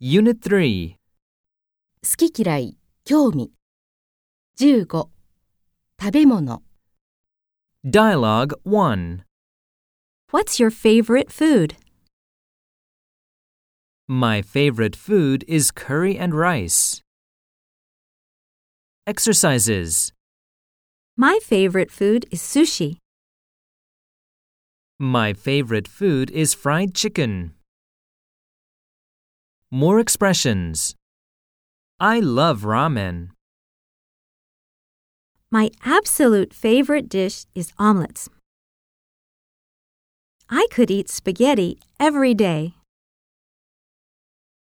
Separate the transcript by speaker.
Speaker 1: Unit 3.
Speaker 2: 好き嫌い、興味。15. 食べ物。
Speaker 1: Dialogue 1.
Speaker 2: What's your favorite food?
Speaker 1: My favorite food is curry and rice. Exercises.
Speaker 2: My favorite food is sushi.
Speaker 1: My favorite food is fried chicken. More expressions. I love ramen.
Speaker 2: My absolute favorite dish is omelets. I could eat spaghetti every day.